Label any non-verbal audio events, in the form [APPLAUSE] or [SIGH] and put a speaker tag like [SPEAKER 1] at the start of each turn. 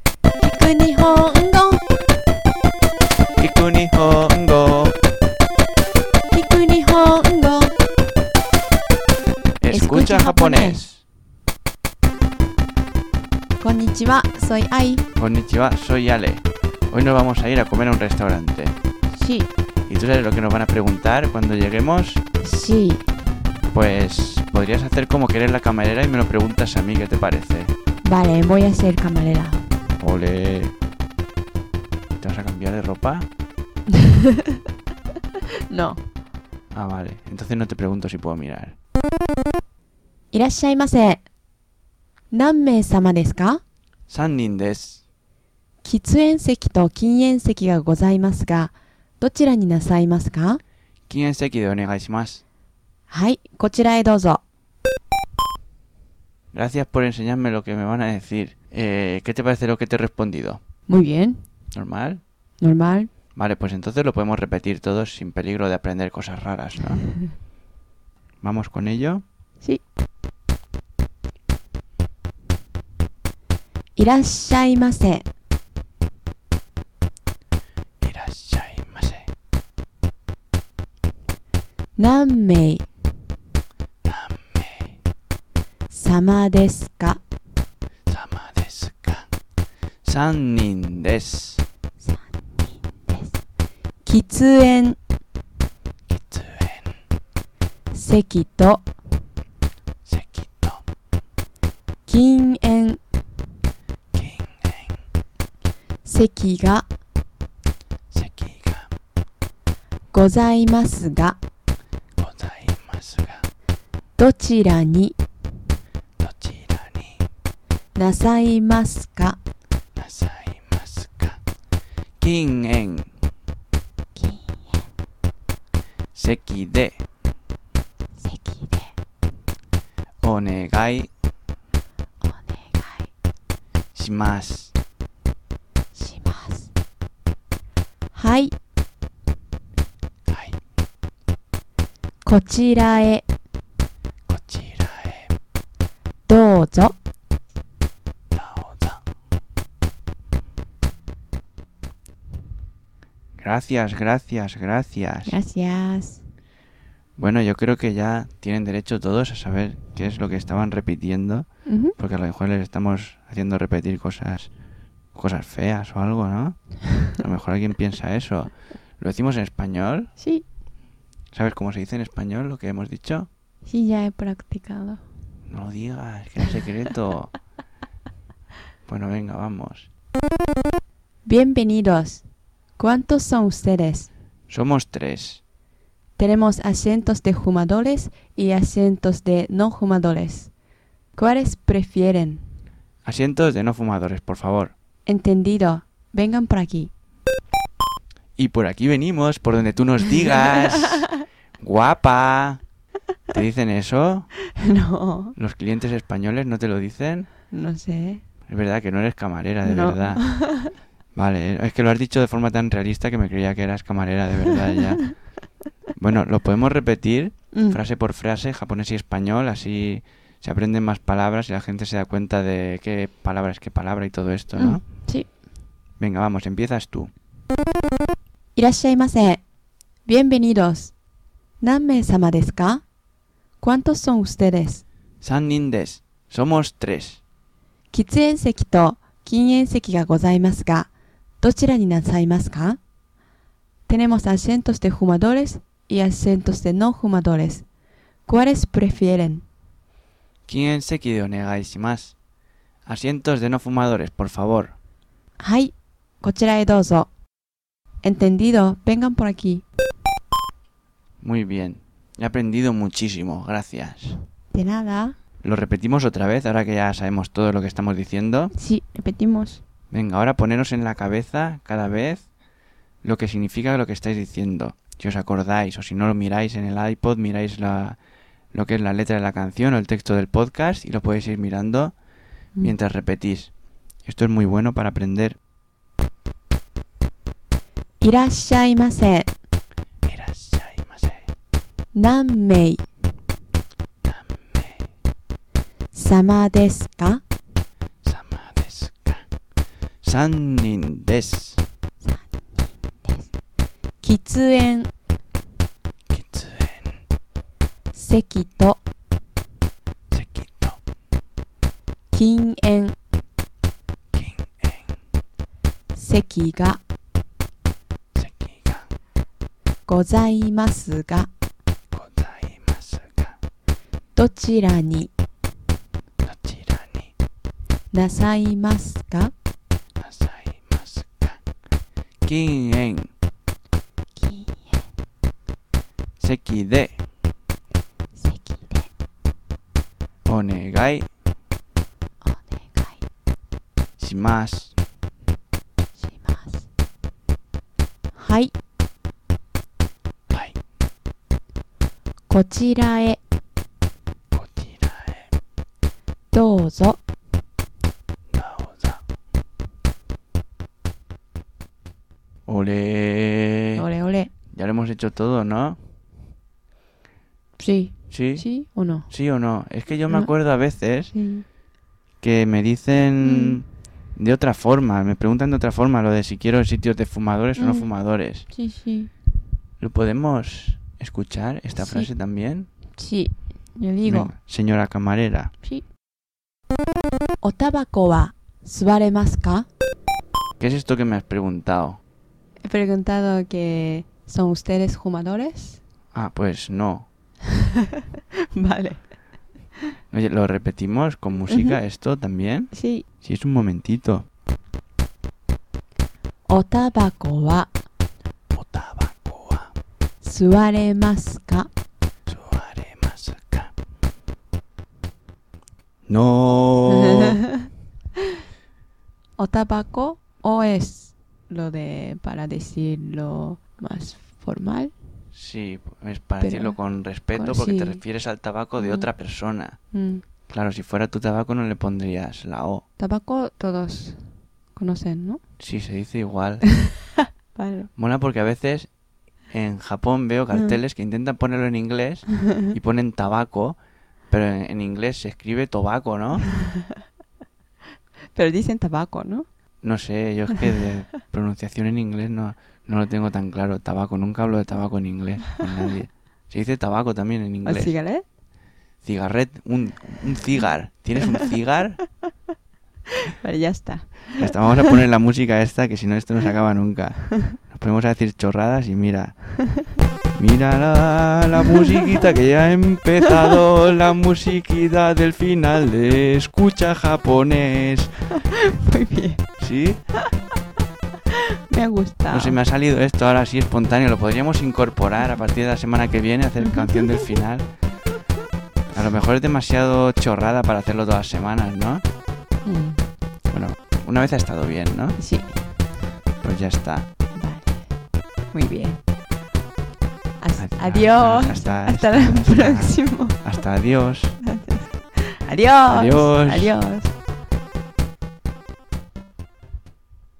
[SPEAKER 1] く日本語
[SPEAKER 2] 聞く日本語
[SPEAKER 1] 聞く日本語
[SPEAKER 2] Escucha japonés
[SPEAKER 1] こんにちは、soy Ai
[SPEAKER 2] Konnichiwa, soy Ale Hoy nos vamos a ir a comer a un restaurante
[SPEAKER 1] Sí,
[SPEAKER 2] ¿Y tú sabes lo que nos van a preguntar cuando lleguemos?
[SPEAKER 1] sí,
[SPEAKER 2] Pues podrías hacer como que eres la camarera y me lo preguntas a mí, ¿qué te parece?
[SPEAKER 1] vale, voy a ser camarera
[SPEAKER 2] Ole ¿Te vas a cambiar de ropa?
[SPEAKER 1] No
[SPEAKER 2] Ah, vale Entonces no te pregunto si puedo mirar
[SPEAKER 1] いらっしゃいませ何名様ですか
[SPEAKER 2] San nindes
[SPEAKER 1] 喫煙席と禁煙席がございますがどちらになさいますか
[SPEAKER 2] ¿Quién es aquí de onegaishimasu?
[SPEAKER 1] はい、こちらへどうぞ
[SPEAKER 2] Gracias por enseñarme lo que me van a decir. Eh, ¿Qué te parece lo que te he respondido?
[SPEAKER 1] Muy bien,
[SPEAKER 2] ¿Normal?
[SPEAKER 1] [LAUGHS] normal
[SPEAKER 2] Vale, pues entonces lo podemos repetir todos sin peligro de aprender cosas raras, ¿no?
[SPEAKER 1] [LAUGHS]
[SPEAKER 2] Vamos con ello.
[SPEAKER 1] Sí. いらっしゃいませ
[SPEAKER 2] Irashaimase.
[SPEAKER 1] 何名様ですか
[SPEAKER 2] sama desu ka. Sannin desu.
[SPEAKER 1] 喫煙
[SPEAKER 2] Kitsuen
[SPEAKER 1] 席と
[SPEAKER 2] sekito
[SPEAKER 1] 禁煙
[SPEAKER 2] kinen
[SPEAKER 1] 席が
[SPEAKER 2] sekiga
[SPEAKER 1] ございますが
[SPEAKER 2] gozaimasu ga
[SPEAKER 1] どちらに
[SPEAKER 2] dochira ni
[SPEAKER 1] なさいますか
[SPEAKER 2] nasaimasu ka. Kinen
[SPEAKER 1] 禁
[SPEAKER 2] seki de
[SPEAKER 1] 煙席で
[SPEAKER 2] onegai
[SPEAKER 1] お願い
[SPEAKER 2] shimasu.
[SPEAKER 1] しますはい
[SPEAKER 2] はい、
[SPEAKER 1] こちらへ
[SPEAKER 2] こちらへ
[SPEAKER 1] どうぞ
[SPEAKER 2] どうぞ。Gracias, gracias, gracias.
[SPEAKER 1] Gracias
[SPEAKER 2] Bueno, yo creo que ya tienen derecho todos a saber qué es lo que estaban repitiendo, porque a lo mejor les estamos haciendo repetir cosas cosas feas o algo, ¿no? A lo mejor alguien piensa eso. ¿Lo decimos en español?
[SPEAKER 1] Sí,
[SPEAKER 2] ¿Sabes cómo se dice en español lo que hemos dicho?
[SPEAKER 1] sí, ya he practicado.
[SPEAKER 2] No lo digas, que es secreto. Bueno, venga, vamos.
[SPEAKER 1] Bienvenidos. ¿Cuántos son ustedes?
[SPEAKER 2] Somos tres.
[SPEAKER 1] Tenemos asientos de fumadores y asientos de no fumadores. ¿Cuáles prefieren?
[SPEAKER 2] Asientos de no fumadores, por favor.
[SPEAKER 1] Entendido. Vengan por aquí. [LAUGHS]
[SPEAKER 2] Y por aquí venimos, por donde tú
[SPEAKER 1] [LAUGHS]
[SPEAKER 2] nos digas. Guapa. ¿Te dicen eso?
[SPEAKER 1] No,
[SPEAKER 2] ¿Los clientes españoles no te lo dicen?
[SPEAKER 1] no sé.
[SPEAKER 2] Es verdad que no eres camarera, de
[SPEAKER 1] No. [LAUGHS]
[SPEAKER 2] verdad. Vale, es que lo has dicho de forma tan realista que me creía que eras camarera, de verdad ya. Bueno, lo podemos repetir
[SPEAKER 1] Mm,
[SPEAKER 2] frase por frase, japonés y español, así se aprenden más palabras y la gente se da cuenta de qué palabra es qué palabra y todo esto, ¿no?
[SPEAKER 1] mm, Sí.
[SPEAKER 2] Venga, vamos, empiezas tú.
[SPEAKER 1] いらっしゃいませ。Bienvenidos. 何名様ですか ¿Cuántos son ustedes?
[SPEAKER 2] San Nindes, somos tres.
[SPEAKER 1] 喫煙席と禁煙席がございますが、どちらになさいますか Tenemos asientos de fumadores y asientos de no fumadores. ¿Cuáles prefieren?
[SPEAKER 2] ¿Quién se quiere onegaishimasu? Asientos de no fumadores, por favor.
[SPEAKER 1] はい、こちらへどうぞ。Entendido, vengan por aquí.
[SPEAKER 2] Muy bien. He aprendido muchísimo, gracias.
[SPEAKER 1] De nada.
[SPEAKER 2] Lo repetimos otra vez, ahora que ya sabemos todo lo que estamos diciendo.
[SPEAKER 1] Sí, repetimos.
[SPEAKER 2] Venga, ahora poneros en la cabeza cada vez lo que significa lo que estáis diciendo. Si os acordáis o si no lo miráis en el iPod, miráis la, lo que es la letra de la canción o el texto del podcast y lo podéis ir mirando
[SPEAKER 1] Mm.
[SPEAKER 2] mientras repetís. Esto es muy bueno para aprender.
[SPEAKER 1] いらっしゃいませ。
[SPEAKER 2] いらっしゃいませ。
[SPEAKER 1] 何名様ですか
[SPEAKER 2] Sama desu ka. 三人です。
[SPEAKER 1] 喫煙、
[SPEAKER 2] 喫煙
[SPEAKER 1] 席と
[SPEAKER 2] 席と
[SPEAKER 1] 禁煙、
[SPEAKER 2] 禁
[SPEAKER 1] 席が
[SPEAKER 2] 席が
[SPEAKER 1] ございますが、
[SPEAKER 2] ございますが、
[SPEAKER 1] どちらに
[SPEAKER 2] どちらに
[SPEAKER 1] なさいますか
[SPEAKER 2] なさいますか禁煙
[SPEAKER 1] 禁煙
[SPEAKER 2] 席で
[SPEAKER 1] 席で
[SPEAKER 2] お願
[SPEAKER 1] お
[SPEAKER 2] い
[SPEAKER 1] 願い
[SPEAKER 2] します。
[SPEAKER 1] します。はい、
[SPEAKER 2] はい、
[SPEAKER 1] こちらへ
[SPEAKER 2] こちらへ
[SPEAKER 1] どうぞ。
[SPEAKER 2] どうぞ。Ole.
[SPEAKER 1] Ole, ole.
[SPEAKER 2] Ya lo hemos hecho todo, ¿no?
[SPEAKER 1] Sí,
[SPEAKER 2] ¿Sí? ¿Sí,
[SPEAKER 1] sí o no.
[SPEAKER 2] o no? Es que yo me
[SPEAKER 1] No.
[SPEAKER 2] acuerdo a veces
[SPEAKER 1] Sí.
[SPEAKER 2] que me dicen
[SPEAKER 1] Mm.
[SPEAKER 2] de otra forma, me preguntan de otra forma lo de si quiero sitios de fumadores o no
[SPEAKER 1] Mm.
[SPEAKER 2] fumadores.
[SPEAKER 1] Sí, sí.
[SPEAKER 2] ¿Lo podemos escuchar esta
[SPEAKER 1] Sí.
[SPEAKER 2] frase también?
[SPEAKER 1] Sí, yo digo.
[SPEAKER 2] Venga, señora camarera,
[SPEAKER 1] Sí. おタバコは吸われますか
[SPEAKER 2] ¿qué es esto que me has preguntado?
[SPEAKER 1] He preguntado que son ustedes fumadores.
[SPEAKER 2] Ah, pues no.
[SPEAKER 1] [LAUGHS] vale.
[SPEAKER 2] Oye, ¿lo repetimos con música
[SPEAKER 1] Ujú.
[SPEAKER 2] esto también?
[SPEAKER 1] Sí.
[SPEAKER 2] Sí, es un momentito.
[SPEAKER 1] おタバコは
[SPEAKER 2] O tabaco a
[SPEAKER 1] 吸われますか
[SPEAKER 2] suaremasaka.
[SPEAKER 1] [LAUGHS]
[SPEAKER 2] No.
[SPEAKER 1] おタバコ o es lo de para decirlo más formal.
[SPEAKER 2] Sí, es para
[SPEAKER 1] Pero-
[SPEAKER 2] decirlo con respeto
[SPEAKER 1] con-
[SPEAKER 2] porque te
[SPEAKER 1] sí.
[SPEAKER 2] refieres al tabaco de
[SPEAKER 1] Ujú.
[SPEAKER 2] otra persona.
[SPEAKER 1] Mm.
[SPEAKER 2] Claro, si fuera tu tabaco no le pondrías la O.
[SPEAKER 1] Tabaco todos conocen, ¿no?
[SPEAKER 2] Sí, se dice igual.
[SPEAKER 1] Vale.
[SPEAKER 2] Mola porque a veces en Japón veo carteles que intentan ponerlo en inglés y ponen tabaco, pero en, en inglés se escribe tobaco, ¿no?
[SPEAKER 1] Pero dicen tabaco, ¿no?
[SPEAKER 2] No sé, yo es que de pronunciación en inglés no, no lo tengo tan claro. Tabaco, nunca hablo de tabaco en inglés con nadie. Se dice tabaco también en
[SPEAKER 1] ¿O
[SPEAKER 2] inglés.
[SPEAKER 1] cigarette?
[SPEAKER 2] Cigarret, un, un cigar. ¿Tienes un cigar?
[SPEAKER 1] Pero ya está.
[SPEAKER 2] Hasta vamos a poner la música esta, que si no esto no se acaba nunca. Nos podemos decir chorradas y mira. Mira la, la musiquita que ya ha empezado, la musiquita del final de Escucha japonés.
[SPEAKER 1] Muy bien.
[SPEAKER 2] ¿Sí?
[SPEAKER 1] Me ha gustado.
[SPEAKER 2] No sé, me ha salido esto ahora sí espontáneo. Lo podríamos incorporar a partir de la semana que viene, hacer canción del final. A lo mejor es demasiado chorrada para hacerlo todas las semanas, ¿no?
[SPEAKER 1] Mm,
[SPEAKER 2] Bueno, una vez ha estado bien, ¿no?
[SPEAKER 1] Sí.
[SPEAKER 2] Pues ya está.
[SPEAKER 1] Vale. Muy bien. As-
[SPEAKER 2] Ad-
[SPEAKER 1] adiós.
[SPEAKER 2] Hasta,
[SPEAKER 1] Hasta el próximo.
[SPEAKER 2] Hasta adiós.
[SPEAKER 1] Adiós.
[SPEAKER 2] Adiós.
[SPEAKER 1] Adiós.